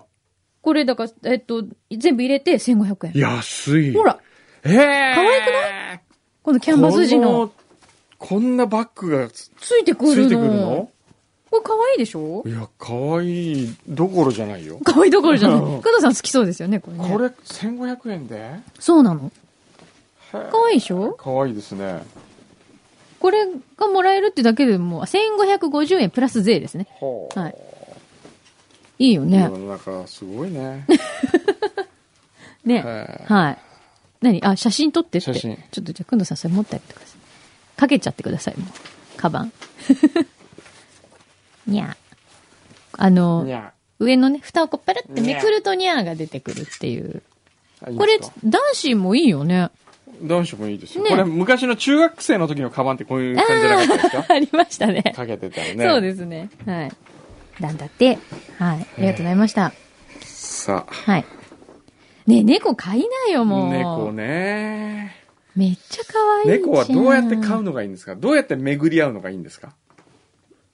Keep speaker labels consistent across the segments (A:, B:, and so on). A: これだから、えっと、全部入れて1500円。
B: 安い。
A: ほ。ら、
B: へえ。可
A: 愛く
B: ない
A: このキ
B: キ
A: ャンバス地の、。
B: こんなバッグがつ
A: ついてく
B: つ
A: るの。
B: いてくるの
A: これ可愛いでしょ
B: いや、可愛いどころじゃないよ。
A: 可愛いどころじゃない。
B: うん
A: 工藤さん好きそうですよね、これね。
B: これ、1500円で
A: そうなの。
B: へえ
A: 可愛いでしょ
B: 可愛いですね。
A: これがもらえるってだけでも、1550円プラス税ですね。
B: はあ。
A: はい。いいよね
B: 世。の中、すごいね。
A: ね。
B: へえ
A: はい。何あ、写真撮ってって。
B: 写真
A: ちょっとじゃあ、くんどさんそれ持ってあげてください。かけちゃってください、もう。カバン。 にゃーあの
B: に、ゃ
A: 上のね、蓋をこうパラって
B: に
A: め
B: ゃ
A: くるとにゃーが出てくるっていう。
B: あいいんですか
A: これ、男子もいいよね。
B: 男子もいいですよ。
A: ね
B: これ昔の中学生の時のカバンってこういう感じじゃなかったですか
A: ありましたね。
B: かけてたよね。
A: そうですね。はい。なんだって。はい。ありがとうございました。
B: す。さあ、
A: はい。ねえ猫飼いなよ、もう。
B: 猫ね。
A: めっちゃ可愛いじゃん。
B: 猫はどうやって飼うのがいいんですかどうやって巡り合うのがいいんですか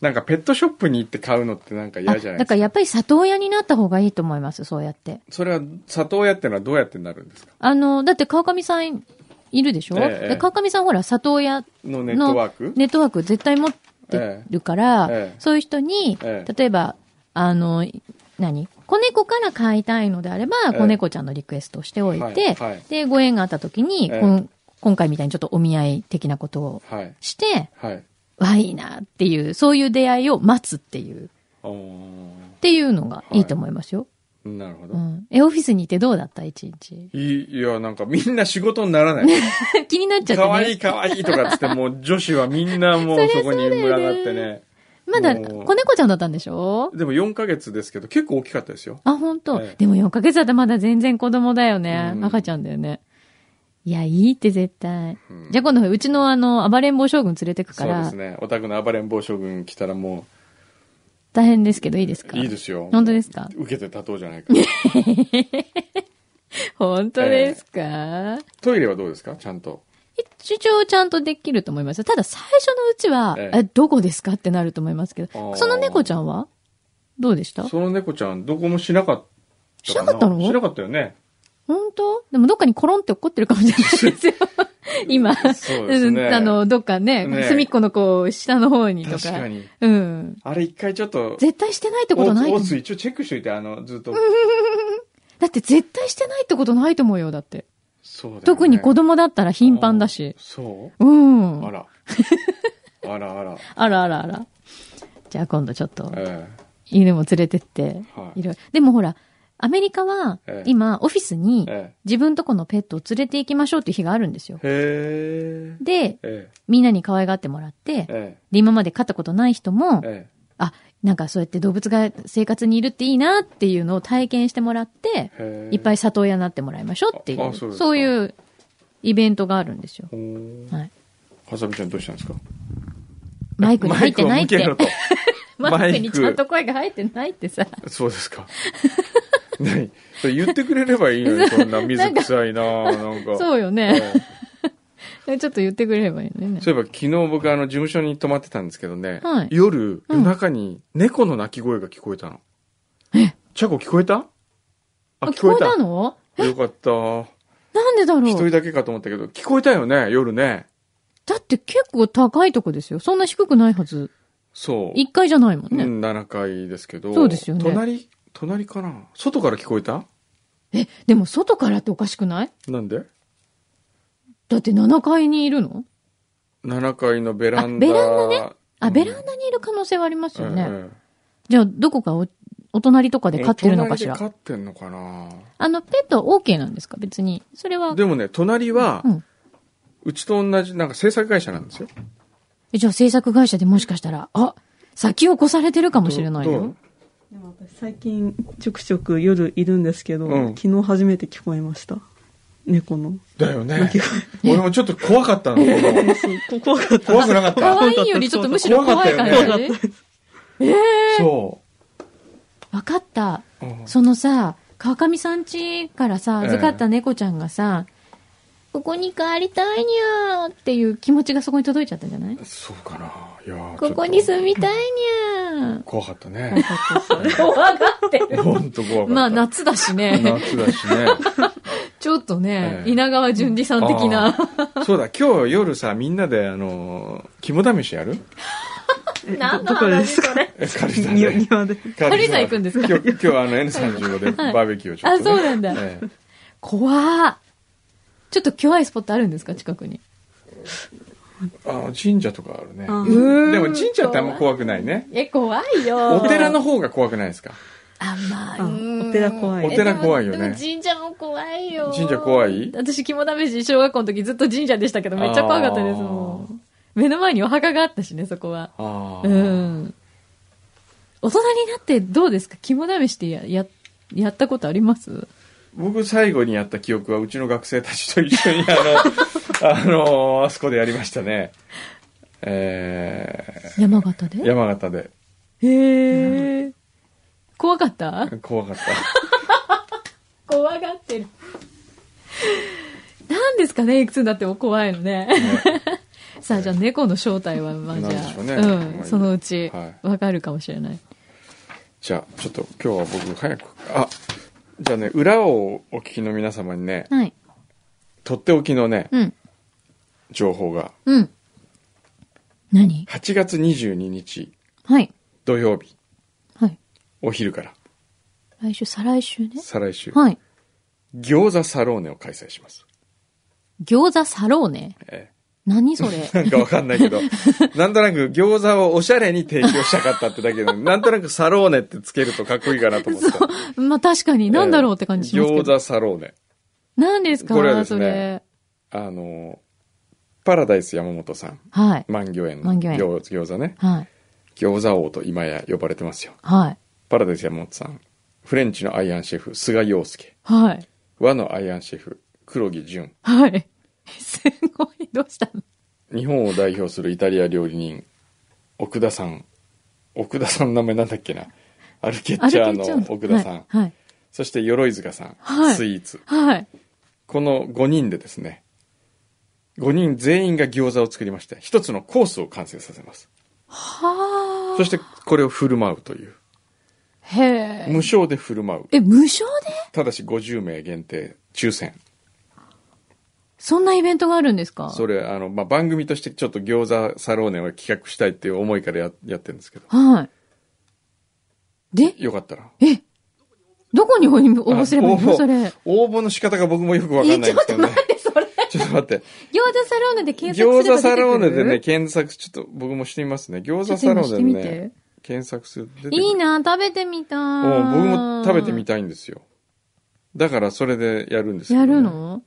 B: なんかペットショップに行って買うのってなんか嫌じゃ
A: あ
B: ないで
A: だ
B: す
A: か
B: から
A: やっぱり里親になった方がいいと思います、そうやって。
B: それは里親ってのはどうやってなるんですか
A: あの、だって川上さんいるでしょ、
B: ええ
A: で川上さんほら、里親
B: のネットワー
A: の
B: ク
A: ネットワーク絶対持ってるから、
B: ええええ
A: そういう人に、
B: ええ
A: 例えば、あの、何子猫から飼いたいのであれば、
B: ええ
A: 子猫ちゃんのリクエストをしておいて、
B: はいはい
A: で、ご縁があった時に、
B: ええ
A: こん今回みたいにちょっとお見合い的なことを
B: はい。
A: して、
B: はい。
A: わあ、いいなっていう、そういう出会いを待つっていう、
B: おー
A: っていうのがいいと思いますよ。
B: なるほ
A: う
B: ど。
A: ん。え、オフィスにいてどうだった一日。
B: いいや、なんかみんな仕事にならない。
A: 気 になっちゃってね。
B: かわいいかわいいとかっつって、もう女子はみんなもうそこに群が ってね。
A: まだ
B: もう
A: 子猫ちゃんだったんでしょ
B: でも4ヶ月ですけど、結構大きかったですよ。
A: あ、本当、
B: ええ
A: でも4ヶ月だったらまだ全然子供だよね。
B: うん
A: 赤ちゃんだよね。いや、いいって絶対。
B: うん
A: じゃあ今度、うちのあの、暴れん坊将軍連れてくか
B: そうで
A: ら、
B: すね。お宅の暴れん坊将軍来たらも
A: 大変ですけどいいですか
B: う、いいですよ。
A: 本当ですか
B: 受けて立とうじゃないか。
A: 本当ですか、
B: トイレはどうですかちゃんと。
A: 一応ちゃんとできると思いますよ。ただ最初のうちは、
B: え
A: え
B: え
A: どこですかってなると思いますけ
B: あー
A: ど、その猫ちゃんはどうでした
B: その猫ちゃん、どこもしなかったか
A: しなかったの
B: しなかったよね。
A: 本当でもどっかにコロンって怒ってるかもしれないですよ。今。
B: そうですね
A: んあの、どっかね、
B: ね
A: 隅っこのこう、下の方にとか。
B: 確かに。
A: うん。
B: あれ一回ちょっと、
A: 絶対してないってことないと
B: 大
A: 思
B: 津
A: う。
B: 一応チェックしといて、あの、ずっと。
A: だって絶対してないってことないと思うよ、だって。
B: そうだよね
A: 特に子供だったら頻繁だし。
B: あ。そううんあら。あらあら。
A: あらあらあら。じゃあ今度ちょっと、
B: え
A: 犬も連れてって、
B: はい
A: いろいろ。でもほら、アメリカは
B: ええ
A: 今、オフィスに
B: ええ
A: 自分とこのペットを連れて行きましょうっていう日があるんですよ。
B: えへえ。
A: で、
B: え
A: みんなに可愛がってもらって
B: え。、え
A: で、今まで飼ったことない人も
B: え。、え
A: あ、なんかそうやって動物が生活にいるっていいなっていうのを体験してもらって、
B: え。へえ
A: いっぱい里親になってもらいましょうってい
B: ああ
A: う、
B: そう
A: そ
B: で
A: う
B: すか
A: いうイベントがあるんですよ。
B: おー
A: はい。
B: はさみちゃんどうしたんですか
A: マイクに入ってない
B: マ
A: っ
B: イ
A: て
B: クを。向けろと
A: マイクにちゃんと声が入ってないってさ。
B: そうですか。 何それ言ってくれればいい のに、そんな水臭いななんか。
A: そうよ
B: え
A: ね。
B: え
A: ちょっと言ってくれればいいのね。
B: そういえば昨日僕あの事務所に泊まってたんですけどね、
A: はい
B: 夜、
A: うん
B: 夜中に猫の鳴き声が聞こえたの。チャコ聞こえたあ
A: あ聞こえた
B: 聞
A: の
B: よかった。
A: なんでだ
B: 一
A: ろ
B: 人
A: う
B: だけかと思ったけど、聞こえたよね、夜ね。
A: だって結構高いとこですよ。そんな低くないはず。
B: そう。
A: 1階じゃないもん
B: う
A: ね。
B: ん、7階ですけど。
A: そうですよね
B: 隣、隣かな外から聞こえた
A: え、でも外からっておかしくない
B: なんで
A: だって7階にいるの
B: ?7 階のベランダ。
A: あベランダ
B: ね。
A: あ、ベランダにいる可能性はありますよね。
B: え
A: じゃあ、どこかお、お隣とかで
B: え
A: 飼ってるのかしら
B: お。隣で飼ってんのかな
A: あの、ペットは OK なんですか別に。それは。
B: でもね、隣は、
A: うん。
B: うちと同じ、なんか制作会社なんですよ。
A: えじゃあ、制作会社でもしかしたら、あ、先を越されてるかもしれない
B: ど
A: よ
B: う。
C: でも私最近ちょくちょく夜いるんですけど、
B: うん
C: 昨日初めて聞こえました猫の
B: だよ
C: 鳴
B: ね
C: き。声
B: 俺もちょっと怖かったの。
C: そう 怖かった
B: 怖くなかった。
A: 可愛いよりちょっとむしろ
B: 怖かっ
A: 怖
B: た
A: い
B: よ
A: 感
B: ね
A: じで。
B: そ
A: わかった。
B: う。うん
A: そのさ、川上さん家からさ、
B: ええ
A: 預かった猫ちゃんがさ、ここに帰りたいにゃーっていう気持ちがそこに届いちゃったんじゃない
B: そうかな。いやー
A: ここに
B: ちょっ
A: 住みたいにゃ
B: と怖かったね。
A: ー。怖がってる。
B: ほんと怖かった。
A: まあ、夏だ しね。
B: 夏だしね。
A: ちょっとね、
B: ええ
A: 稲川淳二さん的な。
B: そうだ、今日夜さ、みんなで、あのー、肝試しやる
A: 何の
C: どこで
A: 話
C: す
A: それ。
B: え軽井沢
C: 庭
B: で。
C: 庭で
B: 軽
A: 軽井沢行くんですか
B: 今日、今日はあの N35 でバーベキューをちょっと、ね。
A: あそうなんだ
B: ええ
A: 怖っちょっと怖いスポットあるんですか近くに。
B: あ神社とかあるね。
C: あ
A: うーん
B: でも神社ってあんま怖くないね。
A: え、怖いよ。
B: お寺。の方が怖くないですか
A: あ、まあ、
C: あ
A: うん
C: お寺怖い
B: お寺怖いよね
A: えでもでも神社も怖いよ。
B: 神社怖い
A: 私、肝試し、小学校の時ずっと神社でしたけど、めっちゃ怖かったです
B: あー
A: もん。目の前にお墓があったしね、そこは。
B: ああ。
A: うん。大人になってどうですか肝試しってや、や、やったことあります
B: 僕最後にやった記憶は、うちの学生たちと一緒に、 あの、あのーあそこでやりましたね。え
A: 山形で
B: ー、山形で。
A: へえ。怖かった
B: 怖かった。
A: 怖がってる。何ですかねいくつになっても怖いのね。
B: ね
A: さあ、じゃあ猫の正体は、まあじゃ
B: なんでしょ
A: あ、
B: うね
A: う
B: ま
A: ん、
B: あ
A: そのうち
B: は、
A: わかるかもしれない。
B: じゃあ、ちょっと今日は僕早く、あ、じゃあね、裏をお聞きの皆様にね、
A: はい。
B: とっておきのね、
A: うん。
B: 情報が、
A: うん。何
B: 8月22日
A: はい。
B: 土曜日、
A: はい。
B: お昼から、
A: 来週、再来週ね。
B: 再来週、
A: はい。
B: 餃子サローネを開催します。
A: 餃子サローネ。
B: え
A: 何それ
B: え なんかわかんない けど、なんとなく餃子をおしゃれに提供したかったってだけで、なんとなくサローネってつけるとかっこいいかなと思ってた。
A: まあ確かに、なんだろうって感じしますけ
B: 餃
A: ど。
B: 子サローネ。
A: 何ですか
B: これはです
A: そ
B: ね
A: れ。
B: あの、パラダイス山本さん、
A: はい。
B: 万魚園の
A: 万魚園
B: 餃餃子ね。
A: はい。
B: 餃子王と今や呼ばれてますよ。
A: はい。
B: パラダイス山本さん、フレンチのアイアンシェフ、菅陽介、
A: はい。
B: 和のアイアンシェフ、黒木純、
A: はい。 すごい。どうしたの
B: 日本を代表するイタリア料理人、奥田さん、奥田さんの名前なんだっけな、アルケッチャー
A: 歩けちゃう
B: の奥田さん、
A: はい。
B: そして鎧塚さん、
A: はい
B: スイーツ、
A: はい。はい
B: この5人でですね、5人全員が餃子を作りまして、一つのコースを完成させます。
A: はあ。
B: そしてこれを振る舞うという、
A: へえ。
B: 無償で振る舞う、
A: え、無償で
B: ただし50名限定、抽選。
A: そんなイベントがあるんですか
B: それ、あの、まあ、番組としてちょっと餃子サローネを企画したいっていう思いからややってるんですけど。
A: はい。で、
B: よかったら。
A: え、どこに応募すればいい
B: あ応
A: の
B: 募
A: それ。
B: 応募の仕方が僕もよくわかんないんですけどね。
A: それ。
B: ちょっと待って。
A: 餃子サローネで検索す
B: 餃
A: れば出てくる
B: 子サローネでね、、検索、ちょっと僕もしてみますね。餃子サローネ
A: ちょっと今して
B: で
A: み
B: ね
A: て、
B: 検索する。出てくる
A: いいな、食べてみたい。
B: うん僕も食べてみ
A: た
B: たいんですよ。だからそれでやるんですけど
A: や
B: ね
A: るの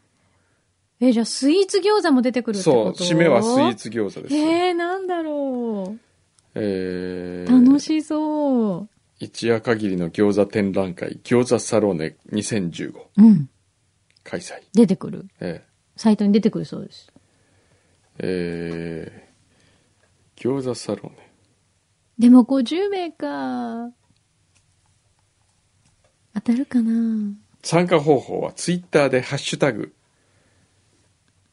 A: え、じゃあスイーツ餃子も出てくるって
B: そう
A: こ、と
B: 締めはスイー。ツ餃子です。
A: えー、なんだろう。
B: えー
A: 楽しそう。
B: 一夜限りの餃子展覧会、餃子サローネ2015
A: うん。
B: 開催。
A: 出てくる。
B: えー
A: サイトに出てくるそうです。
B: えー、餃子サローネ。
A: でも50名か。当たるかな
B: 参加方法はツイッターでハッシュタグ、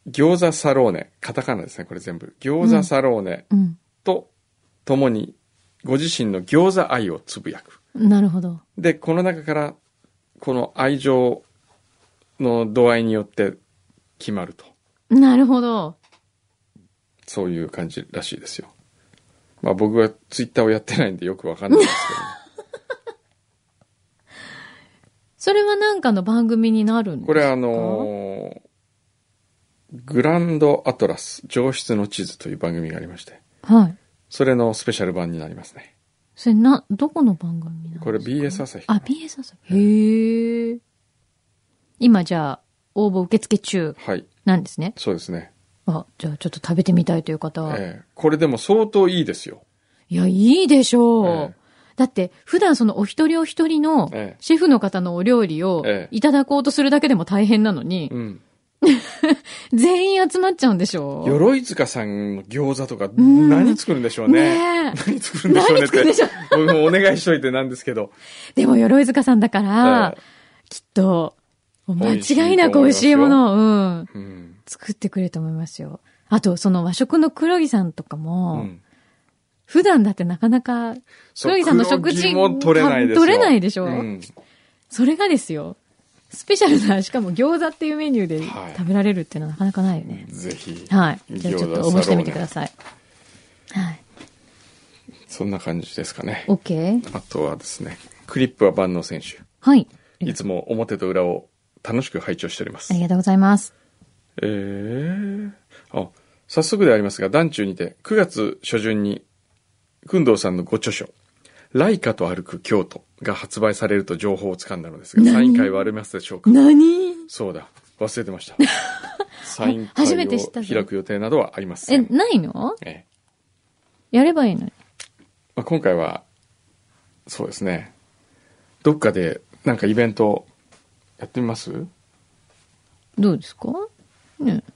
B: 餃子サローネ、カタカナですね、これ全部。餃子サローネ
A: うん。
B: と共に、ご自身の餃子愛をつぶやく。
A: なるほど。
B: で、この中からこの愛情の度合いによって決まると。
A: なるほど。
B: そういう感じらしいですよ。まあ僕はツイッターをやってないんでよくわかんないですけど、
A: それはなんかの番組になるんですか
B: これはあのーグランドアトラス上質の地図という番組がありまして、
A: はい。
B: それのスペシャル版になりますね。
A: それな、どこの番組なんですか
B: これ BS 朝日。
A: あ、BS 朝日。へえ。今じゃあ、応募受付中
B: はい、
A: なんですね。
B: そうですね。
A: あ、じゃあちょっと食べてみたいという方は。
B: ええこれでも相当いいですよ。
A: いや、いいでしょう。
B: ええ
A: だって、普段そのお一人お一人の
B: ええ
A: シェフの方のお料理を
B: ええ
A: いただこうとするだけでも大変なのに、
B: うん。
A: 全員集まっちゃうんでしょ
B: 鎧塚さんの餃子とか、
A: ん
B: 何作るんでしょうね。
A: ねえ。
B: 何作るんでしょうねっ
A: 何作るんで
B: て
A: しょう。
B: 僕もお願いしといてなんですけど。
A: でも、鎧塚さんだから、
B: え
A: きっと、間
B: 美味しいと思いますよ
A: 違いなく美味しいものを、うん、
B: えうん。
A: 作ってくれると思いますよ。あと、その和食の黒木さんとか
B: う
A: も、
B: ん。
A: 普段だってなかなか、
B: そう
A: 黒木さんの食事
B: 黒木も取れないですよ。
A: 取れないでしょ
B: うん。
A: それがですよ、スペシャルな、しかも餃子っていうメニューで
B: はい
A: 食べられるっていうのはなかなかないよね。
B: ぜひ。
A: はい。じゃあちょっと応募してみてくだ
B: い。
A: さい。はい。
B: そんな感じですかね。
A: OK?
B: あとはですね、クリップは万能選手。
A: はい。
B: いつも表と裏を楽しく拝聴しております
A: あ。りがとうございます。
B: えー、あ早速でありますが、団中にて9月初旬に、工藤さんのご著書、ライカと歩く京都が発売されると情報をつかんだのですが、
A: 何
B: サイン会はありますでしょうか
A: 何
B: そうだ、忘れてま した。サイン
A: 初め
B: 会
A: て知っ
B: を
A: たぞ
B: 開く予定などはありませ
A: え、
B: ん。
A: ないの
B: ええ
A: やればいいのに。
B: まあ、今回は、そうですね、どっかでなんかイベントやってみます
A: どうですかねえ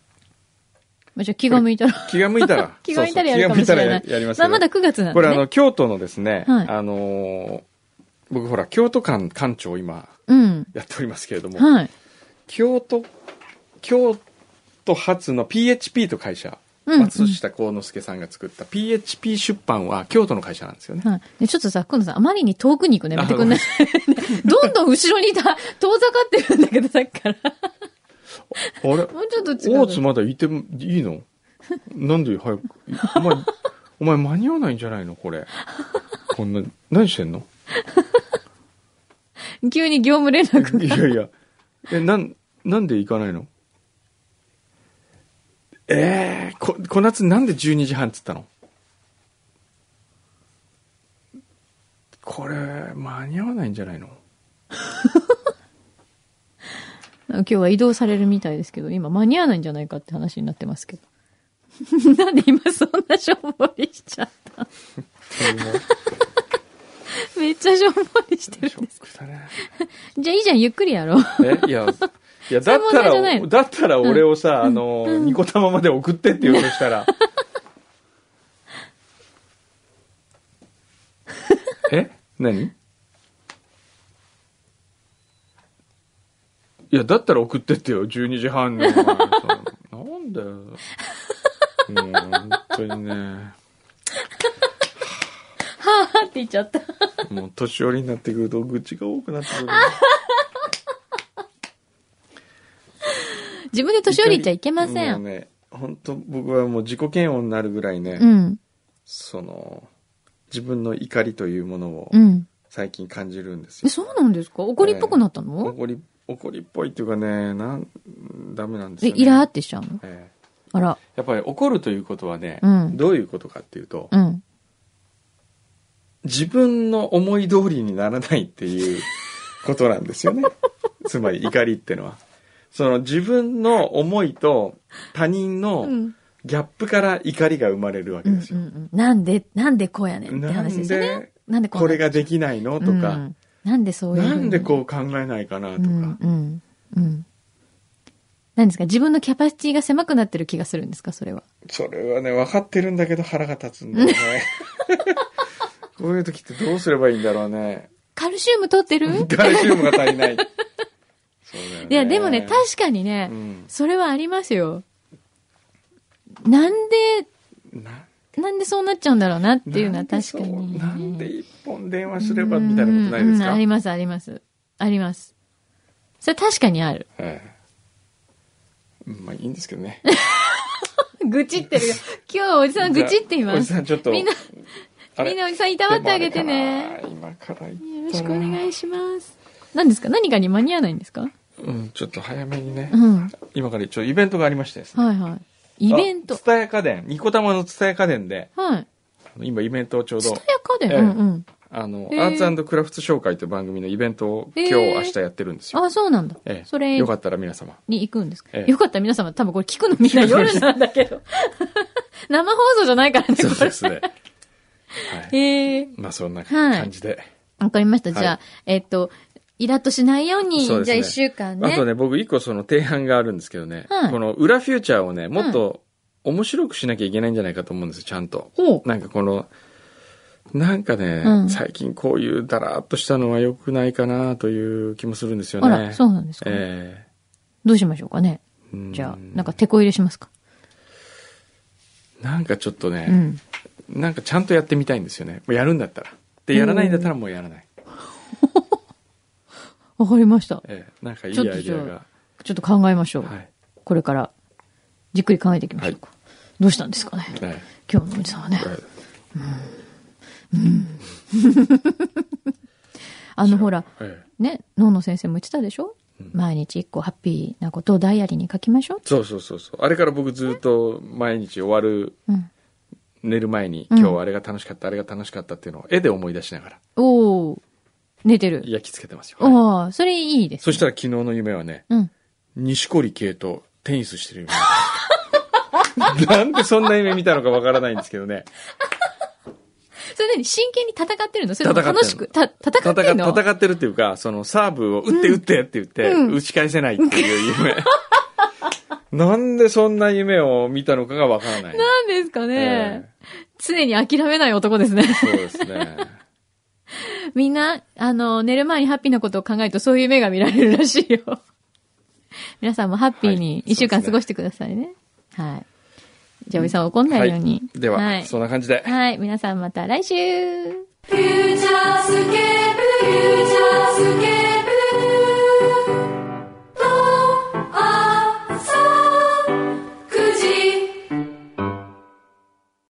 A: まあじゃあ気が向いたら。。
B: 気が向いたら
A: 気が向いたらやるかもしれ
B: そう
A: な
B: そう気が向い
A: い。
B: たらややりますけ
A: まあ
B: ど
A: まだ9月なんで、ね。
B: これあの、京都のですね、
A: はい
B: あのー僕ほら、京都館館長を今
A: うん。
B: やっておりますけれども、
A: はい。
B: 京都、京都発の PHP と会社、
A: うん
B: 松下幸之助さんが作った PHP 出版は京都の会社なんですよね。
A: はいで。ちょっとさ、今度さん、あまりに遠くに行くのやめてくんない
B: あ
A: どんどん後ろにいた、遠ざかってるんだけど、さっきから。
B: あれ
A: もうちょっと違う。
B: 大津まだいてもいいの なんで早く、お前、お前間に合わないんじゃないのこれ。こんな、何してんの
A: 急に業務連 絡。
B: いやいや。え、なん、なんで行かないのええこ、こ夏なんで12時半っつったのこれ、間に合わないんじゃないの
A: 今日は移動されるみたいですけど、今間に合わないんじゃないかって話になってますけど。 なんで今そんなしょんぼりしちゃっためっちゃしょんぼりして
B: シ
A: る
B: ョ
A: んです。
B: ックだね。
A: じゃあいいじゃん、ゆっくりやろう。
B: え、いや、い や、だっ
A: 問
B: た
A: 題じゃない
B: ら、
A: の
B: だったら俺をさ、あの、ニコ玉まで送ってって言うとした ら。え何いや、だったら送ってってよ、12時半の。お前さなんだよ。もう、本当にね。
A: はぁはぁって言っちゃった。
B: もう年寄りになってくると愚痴が多くなってくる。
A: 自分で年寄りじゃいけませ。
B: もうんね、本当僕はもう自己嫌悪になるぐらいね。
A: うん。
B: その自分の怒りというものを
A: うん。
B: 最近感じるんです
A: え、
B: よ、
A: そうなんですか怒りっぽくなったの、
B: 怒り怒りっぽいっていうかねなんダメなんです
A: で、
B: よ、ね、
A: イラーってしちゃうの
B: ええ
A: あら。
B: やっぱり怒るということはね、
A: うん
B: どういうことかっていうと、
A: うん。
B: 自分の思い通りにならないって いうことなんですよねつまり怒りってのはその自分の思いと他人
A: う
B: の
A: ん。
B: ギャップから怒りが生まれるわけ
A: うん
B: です
A: う
B: よ、
A: んうんなんで、なんでこうやねんって話ですよね。
B: なんで
A: なんでこう
B: これ
A: やね
B: が
A: ん
B: できないのとか、
A: うんなんでそういうふう
B: な
A: に。
B: んでこう考えないかなとか、
A: うんうんうん何ですか自分のキャパシティが狭くなってる気がするんですかそれは。
B: それはね、分かってるんだけど腹が立つんだよね。こういう時ってどうすればいいんだろうね。
A: カルシウム取ってる
B: カルシウムが足りない。そうだよね
A: いや、でもね、確かにね、
B: うん
A: それはありますよ。なんで、
B: な
A: なんでそうなっちゃうんだろうなっていうのは確かに、
B: なんでそうなんで一本電話
A: す
B: すればみたいなことないですか
A: あります、あります。あります。それ確かにある。
B: ええまあいいんですけどね。
A: 愚痴ってるよ。 今日おじさ ん愚痴っています。
B: おじさんちょっと
A: みんな、
B: あれ
A: みんなおじさんいたわってあげてね。。
B: でもあれかな今から行ったら
A: よろしくお願いします。何ですか何かに間に合わないんですか
B: うん、ちょっと早めにね
A: う。ん。
B: 今から一応イベントがありましてですね。
A: はいはい。イベント
B: ツ。タヤ家電、ニコ玉のツタヤ家電で、
A: はい。
B: 今イベントをちょう
A: 蔦
B: ど
A: 屋、家電、
B: ええ
A: うんうん。
B: あの、
A: へー
B: アーツクラフト紹介という番組のイベントを今
A: へ
B: 日、
A: ー
B: 明日やってるんですよ。
A: あ、そうなんだ。
B: ええ、
A: それ
B: よかったら皆様。
A: に行くんですか、
B: ええ
A: よかったら皆様、多分これ聞くのみんな夜なんだ けど。生放送じゃないからね、
B: そう
A: これ
B: で。す ね。はい。
A: へえ。
B: まあそんな
A: はい
B: 感じで。
A: わかりました。じゃあ、
B: はい
A: えっと、イラッとしないように、
B: そうで
A: じ
B: す
A: ゃあ
B: ね
A: 一週間ね。
B: あとね、僕一個その提案があるんですけどね
A: はい。
B: この裏フューチャーをね、もっと面白くしなきゃいけないんじゃないかと思うんですよ、ちゃんと。
A: ほう。
B: なんかこの、なんかね、
A: うん
B: 最近こういうだらーっとしたのは良くないかなという気もするんですよね。
A: あら、そうなんですか、
B: え
A: どうしましょうかね。
B: えうん
A: じゃあ、なんか、手こ入れしますか。
B: なんかちょっと
A: う
B: ね、
A: ん。
B: なんかちゃんとやってみたいんですよね。もうやるんだったら。で、やらないんだったらもうやらない。
A: わかりました。
B: ええなんかいい
A: ちょっと
B: アイデア
A: じ
B: が
A: ゃ。ちょっと考えましょう。
B: はい。
A: これから、じっくり考えていきましょうか。どうしたんですかね。
B: はい。
A: 今日のおじさんはね。あの、ほら、
B: ええ
A: ね、脳の先生も言ってたでしょ、毎日一個ハッピーなことをダイアリーに書きましょう。
B: そうそうそうそう。あれから僕ずっと毎日終わる、
A: うん。
B: 寝る前に、
A: うん
B: 今日あれが楽しかった、あれが楽しかったっていうのを絵で思い出しながら
A: おー、寝てる。
B: 焼き付けてますよ。はい
A: ああ、それいいです。
B: そしたら昨日の夢はね、
A: うん。
B: 錦織圭とテニスしてる夢。 なんでそんな夢見たのかわからないんですけどね。
A: それ何真剣に戦ってるのそれとも
B: 戦ってんの
A: 楽しく、た、戦
B: 戦
A: ってんの
B: 戦ってるっていうか、そのサーブを打って打ってって言って、
A: うん
B: 打ち返せないっていう 夢。なんでそんな夢を見たのかがわからない。
A: なんですか
B: え
A: ね、常に諦めない男ですね。
B: えそうですね。
A: みんな、あの、寝る前にハッピーなことを考えるとそういう目が見られるらしいよ。 皆さんもハッピーに
B: はい
A: 一週間
B: そうですね
A: 過ごしてくださいね。はい。じゃあ、おじさん怒んないように。
B: では、
A: はい。
B: そんな感じで。
A: はい。皆さんまた来週
D: フューチャースケープフューチャ